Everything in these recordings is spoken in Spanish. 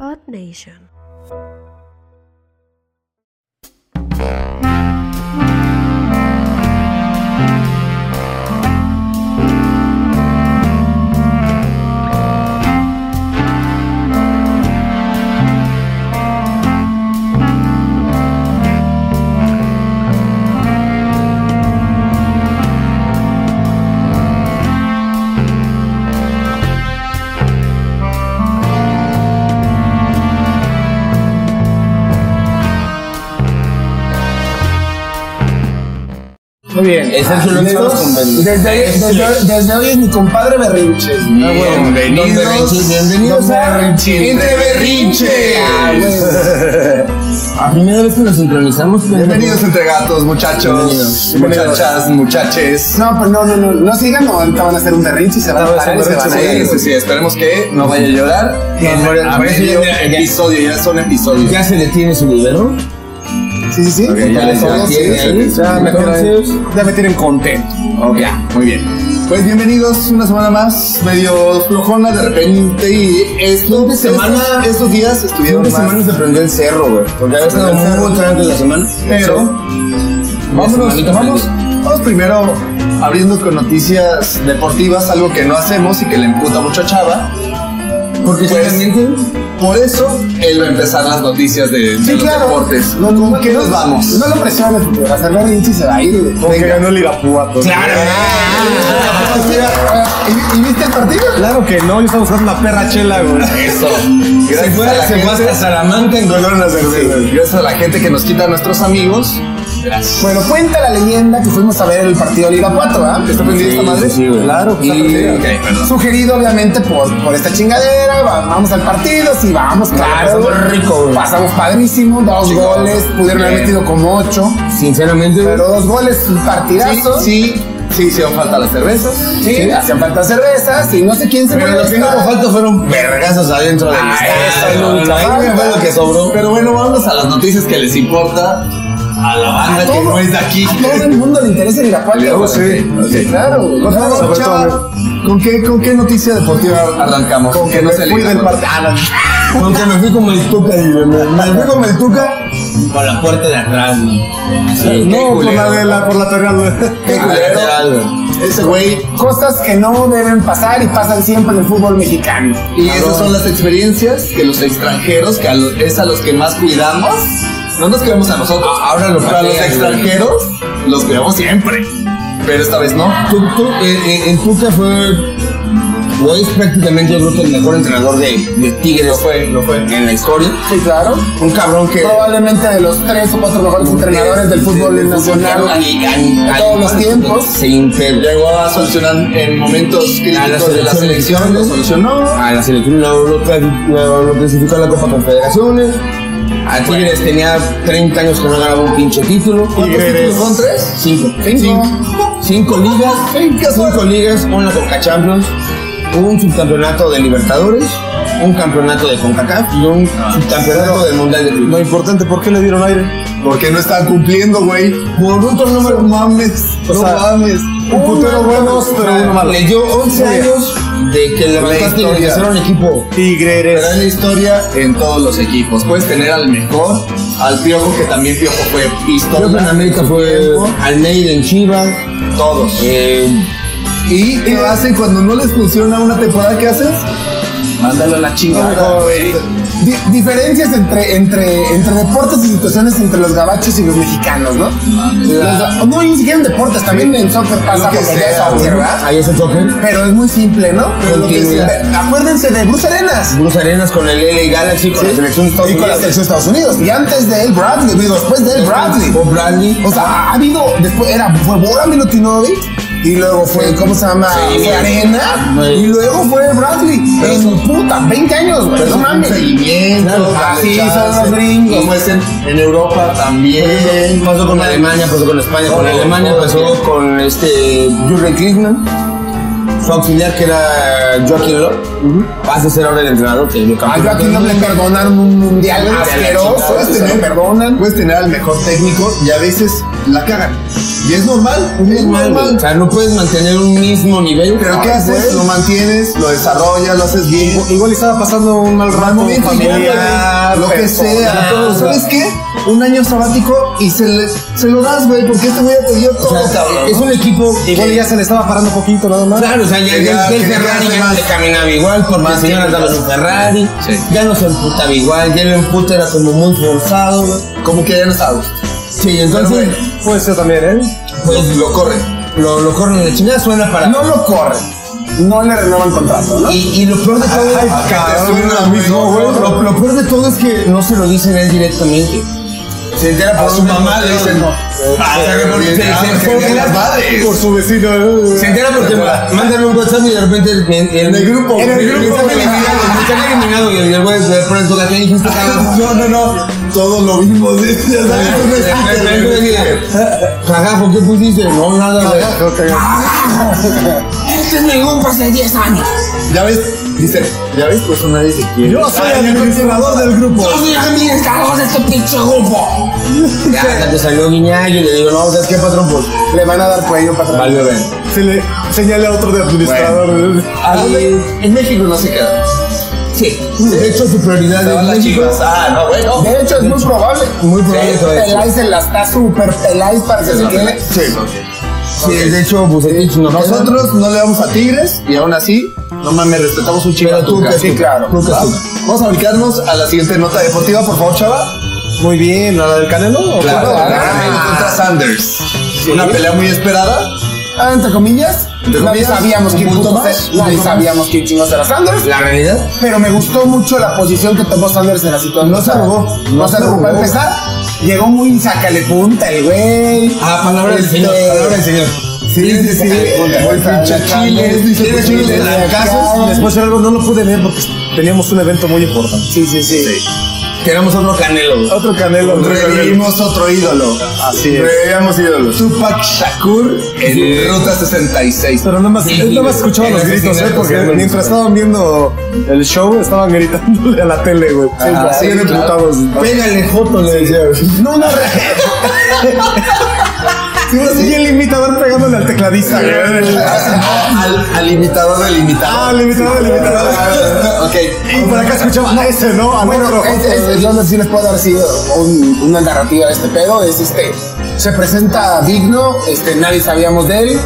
Earth Nation. Muy bien. Ese es un Desde- Xbox con Ben- desde, desde- desde hoy es mi compadre Berrinches. Ah, bueno. Bienvenidos, Don Berrinches, bienvenidos don a Berrinches. Entre Berrinches. Ah, A primera vez que nos sincronizamos. pero- Bienvenidos entre gatos, muchachos, Bienvenidos. muchachas, muchaches. No, pues no, no, no, no sigan, no, ahorita van a hacer un berrinche y se van No, a es parar un y se van a berrinche, ir. sí, sí, sí, esperemos que no vaya a llorar. Que no vaya a a ver, medio ya, ya. episodio, ya son episodios. Ya se detiene su video. Sí, sí, sí. Ok, ya les- ya Sí, sí, tiene sí. ahí. Ya me Entonces- tienen- ya me tienen contento. Ok, muy bien. Pues bienvenidos una semana más, medio flojona de repente y esto, de semana- estos, estos días estuvieron Siempre más, semanas se prendió el cerro, güey. Porque había estado muy tarde la semana. pero vámonos, semanita vamos, vamos primero abriendo con noticias deportivas, algo que no hacemos y que le emputa mucho a Chava. Porque Pues- sinceramente, Por eso él va a empezar las noticias de, de Sí, los claro. deportes. No, no, ¿Con qué no, nos vamos? No lo presiones, porque va a hacer berrinche y se va a ir. güey. Venga. Claro. Ah, mira, ah, ¿y, y viste el partido? Claro que no, yo estaba buscando una perra chela, güey. Eso. Se Gracias, fue, a la se fue gente, hasta Salamanca en color una cerveza. sí, gracias a la gente que nos quita a nuestros amigos. Gracias. Bueno, cuenta la leyenda que fuimos a ver el partido de Liga 4, ¿ah? ¿Está prendida Sí, esta madre? sí, sí, güey. Claro, pues, Y- está prendida. ok, perdón. Sugerido, obviamente, por, por esta chingadera. va- Vamos al partido, sí, vamos, claro. pasamos rico, güey. Pasamos padrísimo, dos Sí, goles. Pudieron haber bien. metido como ocho, Sinceramente, güey, pero dos goles, un Sí, partidazo. sí, sí, hicieron falta las cervezas. Sí, hacían falta cervezas y no sé quién se Pero lo que no molesta. me falta fueron vergazos adentro del Ah, estadio. eso nunca Ahí me fue falta. lo que sobró. Pero bueno, vamos a las noticias que les importa a la banda A que todo- no es de aquí. A todo el mundo le interesa el Irapuato. Luego güey. sí, sí. Claro, güey. Por favor, Sobre Chava, todo, ¿Con qué, ¿Con qué noticia deportiva arrancamos? Con que me fui liga, del ¿no? partido. Ah, Porque me fui como el tuca, y me, me fui como el tuca por la puerta de atrás. Qué No, Por culero. la de la, por la terral, güey. Qué culero. Ah, Ese güey Cosas que no deben pasar y pasan siempre en el fútbol mexicano. Y esas son las experiencias que los extranjeros, que a lo- es a los que más cuidamos, no nos cuidamos a nosotros. Ah, ahora lo Pero a los patean, extranjeros los cuidamos siempre. Pero esta vez no. el eh, tuca fue. O es prácticamente yo creo que el mejor entrenador de, de Tigres. Lo fue, lo fue. En la historia. Sí, claro. Un cabrón que. Probablemente de los tres o cuatro mejores entrenadores este, del fútbol del fútbol nacional. mexicano, de todos los al- tiempos. Sin pedo. Llegó a solucionar en momentos A Ah, la críticos de la selección. selección, lo solucionó. A la selección no lo, cla- no lo clasificó a la Copa Confederaciones. A Tigres tenía 30 años que no ganaba un pinche título. Tigres. son tres? Cinco. Cinco. Cinco ligas. Cinco ligas, una Coca Champions, un subcampeonato de Libertadores, un campeonato de CONCACAF y un subcampeonato del Mundial de Lo Clubes. importante, ¿por qué le dieron aire? Porque no están cumpliendo, güey. Por un torneo mames. O No sea, mames. Un putero buenos, pero uno malo. Le dio 11 Muy bien. años de que levantaste y historia. le hicieron equipo. Tigres. Gran historia en todos los equipos. Puedes tener al mejor, al piojo, que también piojo fue Creo que en pistola. América fue Almeida en Chivas. Todos. Eh, ¿Y qué Eh, hacen cuando no les funciona una temporada? ¿Qué haces? Mándalo a la chingada. Di- diferencias entre, entre, entre deportes y situaciones entre los gabachos y los mexicanos, ¿no? Los- no, ni siquiera en deportes, también en soccer pasa que porque ya es sea, soccer, ¿verdad? ahí es el soccer. Pero es muy simple, ¿no? Pero lo que Continuidad. sea. Acuérdense de Bruce Arenas. Bruce Arenas con el LA Galaxy, con la selección de Estados Y con la Unidos. selección de Estados Unidos. Y antes de él, Bradley. Digo, después de él, Bradley. O Bradley. O sea, ha habido, después era, fue Bora Milutinovic y luego fue, ¿cómo se llama? Sí, Fue güey. Arena Güey. y luego fue Bradley. Pero en puta, 20 años, güey, no mames. seguimiento. Claro, dale así chance. son los gringos. Como es en, en Europa también. Pasó con Alemania, pasó con España, Oh, con Alemania, pasó con este Jurgen Klinsmann. Su auxiliar que era Joaquín Löw, pasa a ser ahora el entrenador que dio A Joaquín no campeón. Ah, le perdonaron un mundial Ah, de la asqueroso, chingada, este sí, no sí. le perdonan. Puedes tener al mejor técnico y a veces la cagan. Y es normal, es normal. O sea, no puedes mantener un mismo nivel. Ah, Pero ¿qué haces? Ah, pues, Lo mantienes, lo desarrollas, lo haces bien. Igual estaba pasando un mal Al rato momento ya, familiar, ah, lo que personal. sea. Pero, ¿Sabes qué? Un año sabático y se, le- se lo das, güey, porque este güey ya te dio todo, O sea, cabrón. es un equipo Igual que- ya se le estaba parando poquito nada más. Claro, o sea, ya, Que ya, ya- el que ya Ferrari hace ya no más. se caminaba igual, por más señoras daba su Ferrari, ya no se emputaba igual, ya el empute era como muy forzado. Como que ya no sabes. Sí, entonces, Puede ser también, ¿eh? pues lo corren. Lo, lo corren de chingada, suena para. No lo corren. No le renovan contrato, ¿no? Y, y lo peor de todo Ay, cabrón, lo mismo, güey. güey. Lo, lo peor de todo es que no se lo dicen a él directamente. Se entera por A su un mamá le dicen, no. Ah, se ve por- se- Ah, se- que se- bien las madres. Por su vecino. ¿eh? Se entera porque ma- mandan un WhatsApp y de repente el, el, el grupo, En el güey. grupo. Mensaje eliminado, mensaje eliminado y el güey se pone en tu casa y dijiste cagado. No, no, no. Todos lo vimos. ¿eh? Ya sabes, tú me dijiste, güey. Jaja, ¿por qué pusiste? No, nada, güey. Este es mi grupo hace 10 años. Ya ves, dice, ya ves, pues nadie se quiere. Yo soy el administrador del grupo. Yo soy administrador de este pinche grupo. Ya, hasta que salió Guiñayo y le digo, no, ¿sabes qué, patrón? Pues, Le van a dar cuello para atrás. vale, ven. Se le señala a otro de administrador. En México no se queda. Sí. De hecho, su prioridad Estaban es las México. chivas. Ah, no, bueno. De hecho, es muy probable. Muy probable Sí, que vaya a ser. Peláez se la está super Peláez para que se quede. Sí, de hecho, pues, de hecho, no Nosotros no le vamos a Tigres y aún así, no mames, respetamos un chingo. Pero tú, a Tuca. que sí, claro. Tuca, Va. Tuca. Vamos a ubicarnos a la siguiente nota deportiva, por favor, chava. Muy bien, ¿a la del Canelo? Claro, ¿O cuál? la Canelo contra Ah. Sanders. Una pelea muy esperada. Ah, entre comillas. Entre Nadie comillas, sabíamos un quién punto puto más, se- un nadie punto sabíamos quién chingos era Sanders. La realidad. Pero me gustó mucho la posición que tomó Sanders en la situación. No se arrugó. No se arrugó. Para empezar, llegó muy sacale punta el güey. Ah, palabra del Este, señor, palabra del señor. Sí, sí, sí. Muy pinche chiles, dice, Tienes muy unos bien. trancazos. Después de algo no lo pude ver porque teníamos un evento muy importante. Sí, sí, sí. Queremos otro canelo. güey. Otro Canelo. Revivimos otro ídolo. Así es. Revivimos ídolos. Tupac Shakur en Ruta 66. Pero nada más, Sí, nada más escuchaba era los gritos, asesinato, ¿eh? Porque sí, mientras estaban viendo el show, estaban gritándole a la tele, güey. Ah, sí, bien claro. emputados. Pégale, Joto, le decía. No, no. Y el imitador pegándole al tecladista, güey. Al, al imitador del Ah, imitador. el imitador, el imitador. ok. Y por acá escuchamos a ese, ¿no? Al Bueno, eh, otro. es, es- es- yo Ah, no sé si les puedo dar así un- una narrativa de este pedo. Es este, se presenta digno, este, nadie sabíamos de él,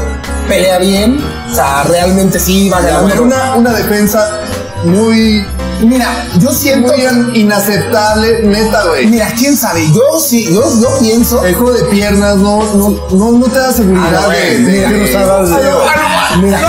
pelea bien, o sea, realmente sí va a A ver, ganar. Una, una defensa muy, Mira, yo siento, muy in- inaceptable, neta, güey. mira, quién sabe, yo sí, yo, yo pienso. El juego de piernas no, no, no, no te da seguridad, Ah, güey. güey, de- mira, de- mira, de- Mira,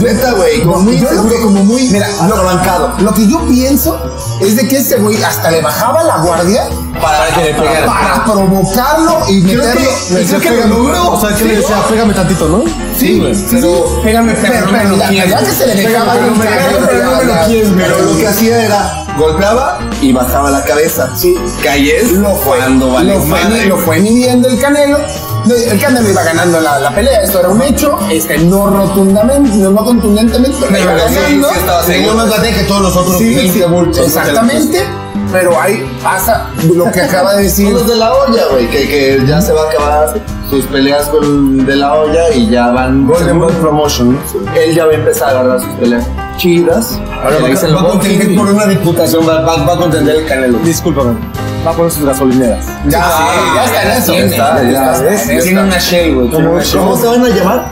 neta, güey. Como muy yo ah, lo seguro, que- como muy mira, lo- atrabancado. Lo que yo pienso es de que este güey hasta le bajaba la guardia Para que le pegara. para provocarlo y meterlo. Le y decía, creo que lo "Pégame". logró. O sea, que le decía, pégame tantito, ¿no? Sí, güey. pero, pégame, pero no me lo quieres. Ya que se le dejaba pero un me- cagadero, pero no me lo ya, quieres, güey. Pero lo que hacía era golpeaba y bajaba la cabeza. Sí. Calles lo fue, cuando valió lo, fue madre, lo güey. fue midiendo el Canelo. No, El Canelo iba ganando la, la pelea, esto era un hecho, este, no rotundamente, no, no contundentemente, pero, Pero iba sí, ganando. sí estaba Según más batalla que todos nosotros. Sí, veinte sí, bultos. exactamente, pero ahí pasa pues, lo que acaba de decir. Los de la olla, güey, que, que ya se va a acabar sus peleas con de la olla y ya van Golden Boy Promotion. Él ya va a empezar a agarrar sus peleas chidas. Ahora Que va, le dicen va a los contender por Boy una diputación. Va, va- va a contender el canelo. Discúlpame. Va a poner sus gasolineras. Ya, ya está en eso. tiene, está, ya ya está. está. Tiene una shell, güey. tiene una shell. ¿Cómo se van a llamar?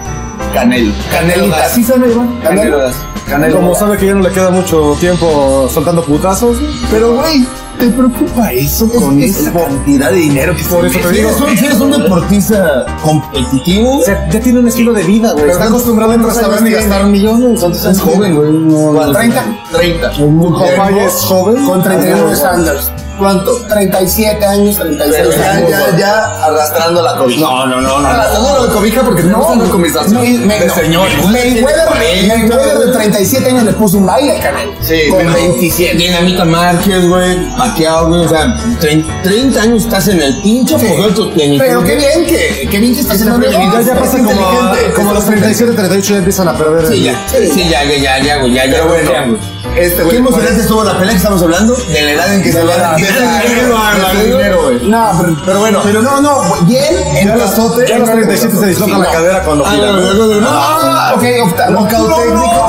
Canelo. Canelita. Así se van a llamar. Canelo. Canelo. Como sabe que ya no le queda mucho tiempo soltando putazos, Pero, güey, ¿te preocupa eso con esa cantidad de dinero que se por eso te mete? digo. Eres un- eres un deportista competitivo. O sea, ya tiene un estilo de vida, güey. Está acostumbrado a este no saber ni gastar millones. Es joven, güey. no- 30, 30. Popeye es joven. con 31 Ah, Sanders. ¿Cuánto? 37 años, Pero 36 ya, años. ya, ya arrastrando la cobija. No, no, Ah, no. Arrastrando la cobija porque no, una conversación Ah, me- me- de no. señor. Mayweather, Mayweather de 37 años le puso un baile al Canelo. Sí, con pero- 27. Dinamita Márquez, güey. Paqueado, güey. O sea, trein- 30 años estás en el pinche objeto. Pero qué bien que, qué bien que está haciendo Ya, ya pasa como, a- Inteligente. como a los 37, 38 ya empiezan a perder. Sí, el- ya. Sí, ya, ya, ya, ya, güey. Ya, ya, Pero güey, bueno, ya, güey. este güey. ¿Qué le pone- emocionante estuvo la pelea que estamos hablando? De la edad en que se va a De la- de su dinero, güey. No, pero, pero bueno. Pero no, no, bien. Ya a los, entonces- ya a los 37 se disloca Sí, la no. cadera cuando Ah, gira. no, ¿no? no, no, no, ah, ok, opta- Knockout técnico.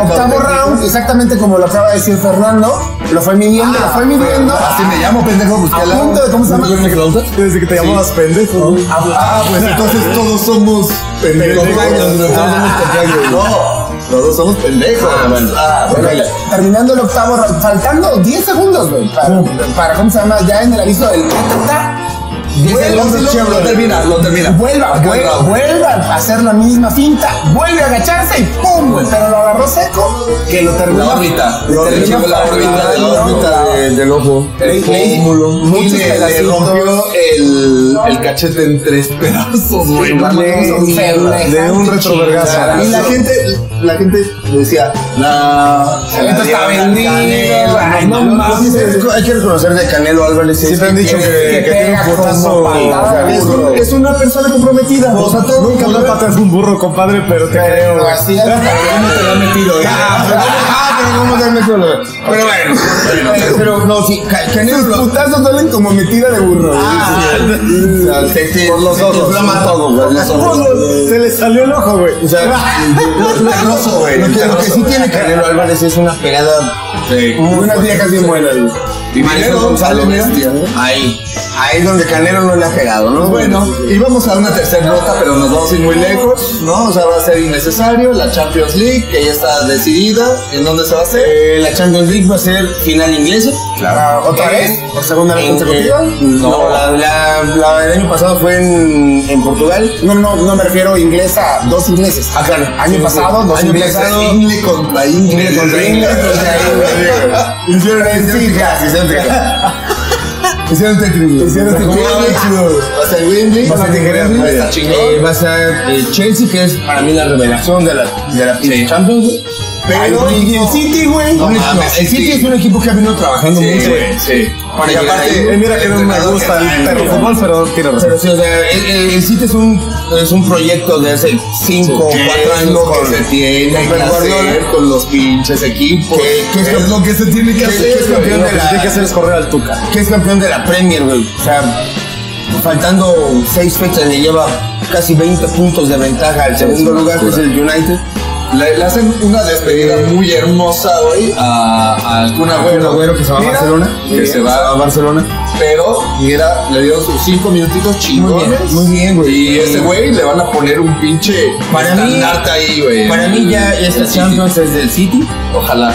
Octavo round, exactamente como lo acaba de decir Fernando, lo fue midiendo, lo fue midiendo. Ah, Así me llamo, pendejo, pues A que la- punto de, ¿cómo se llama? Desde que te llamabas pendejo. güey. Ah, pues entonces todos somos pendejos. Ah, No, los dos somos pendejos. Ah, Bueno, bueno. terminando el octavo round, faltando 10 segundos, güey, para, para, ¿cómo se llama? Ya en el aviso del ta, ta, ta, vuelva, Lo lo termina, lo termina. Vuelva, Acá vuelva, atrás. vuelva a hacer la misma finta, vuelve a agacharse y ¡pum! güey, Pero lo agarró seco, que lo terminó. La órbita, lo le terminó terminó la órbita, de frenando, la órbita de- del ojo, el Le- le- pómulo, muchos y le, le pedacitos. rompió el, el cachete en tres pedazos, güey. no mames, o sea, semejante de un retrovergazo. chingadazo. Y la gente, la gente decía, no, se la Esto está dieron al vendido, Canelo, ay, no mames. Hay que reconocer de Canelo Álvarez. es Siempre han que dicho que, tiene- que tiene un pega putazo. como patada de o sea, burro. es una persona comprometida. O sea, todo nunca mundo- me patas un burro, compadre, pero te creo. Pero así es, pero ¿Cómo te lo han metido? eh? Ah, pero ¿cómo darme solo? Pero bueno, Pero, pero no, sí, Ca- Canelo Los lo- putazos duelen como metida de burro. güey. Ah. Ah. por los ojos. Inflama todo, güey, los ojos. Se le salió el ojo, güey. Ah. o sea, Lo terroso, güey. lo que, lo que sí tiene que Canelo Álvarez es una pegada Unas viejas bien buenas. güey. Y Manero González, Ahí. bestia. Ahí. Ahí donde Canelo no le ha pegado, Pues ¿no? Bueno, íbamos a una tercera nota, pero nos vamos a ir muy lejos, ¿no? O sea, va a ser innecesario. La Champions League, que ya está decidida. ¿En dónde se va a hacer? Eh, la Champions League va a ser final inglesa. Ah, ¿Otra vez? ¿Por segunda vez En- consecutiva? eh, no, la, la, la del año pasado fue en, en Portugal. No, no, no me refiero inglesa, dos ingleses. Ah, claro. Año Sí, pasado, sí. dos Año ingleses. pasado, Ingle contra Ingle. pues, contra Ingle, contra Ingle. Hicieron Hicieron Hicieron Hicieron Tetris. Hicieron Hicieron Tetris. Va a ser Wembley. Va a ser Está Wembley. chingón. Eh, va a ser eh, Chelsea, que es para mí la revelación de la, de la de Champions. League. Pero Ay, y el City, güey. Un No equipo- Ah, mames, el sí. City es un equipo que ha venido trabajando mucho. Sí, sí. Para Y llegar ahí. aparte, Eh, mira que no me entrenador gusta que el traen, perro güey. fútbol, pero tiene razón. Pero sí, o sea, el, el- el City es un, es un proyecto de hace 5 o ¿Qué 4 es años lo que con- se tiene que Pep Guardiola. hacer con los pinches equipos? ¿Qué- qué es lo que se tiene que hacer, es güey? campeón Lo de que la- eh, tiene que hacer es correr al Tuca. que es campeón de la Premier, güey. O sea, faltando seis fechas le lleva casi 20 puntos de ventaja al segundo lugar, que es el United. Le, le hacen una despedida muy hermosa, güey, a, a Kun Agüero. Kun Agüero, que se va a Barcelona. Que se va a Barcelona. Pero, mira, le dieron sus cinco minutitos chingones. bien, muy bien, güey. Y ese güey le van a poner un pinche Para mí- estandarte ahí, güey. Para mí ya Eh, esta Sí, sí, Champions es del City. Ojalá.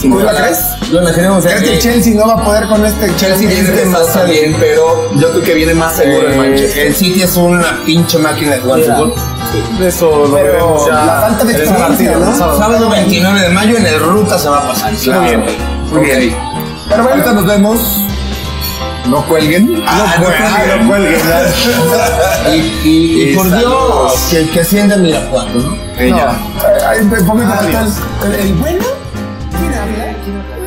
¿Tú la Ojalá. crees? Yo la creo, o sea, ¿Crees que el que- Chelsea no va a poder con este Sí, Chelsea? viene Este que más Barça? bien, pero yo creo que viene más seguro el eh, Manchester. el City es una pinche máquina de jugar Mira, fútbol. Eso lo Pero veremos ya. la falta de en esa experiencia, partida, ¿no? el sábado. Sábado 29 de mayo en el Ruta se va a pasar. Claro. bien. Muy bien. Pero bueno, Ahorita nos vemos. No cuelguen. Ah, no, Ah, claro. no cuelgues, ya. Y, y- y Y por saludos. Dios, que, que ascienda Mirapuato, ¿no? Ah, no. Ay, ay, ponme fatal. El bueno, ¿quién habla? ¿Quién habla?